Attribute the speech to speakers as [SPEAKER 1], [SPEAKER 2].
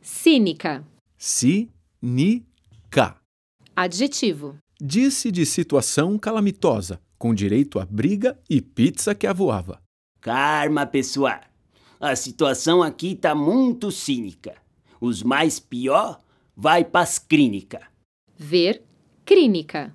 [SPEAKER 1] Cínica.
[SPEAKER 2] Sinica.
[SPEAKER 1] Adjetivo.
[SPEAKER 2] Disse de situação calamitosa, com direito a briga e pizza que avoava.
[SPEAKER 3] Calma, pessoal. A situação aqui tá muito cínica. Os mais pior vai pras clínica.
[SPEAKER 1] Ver. Crínica.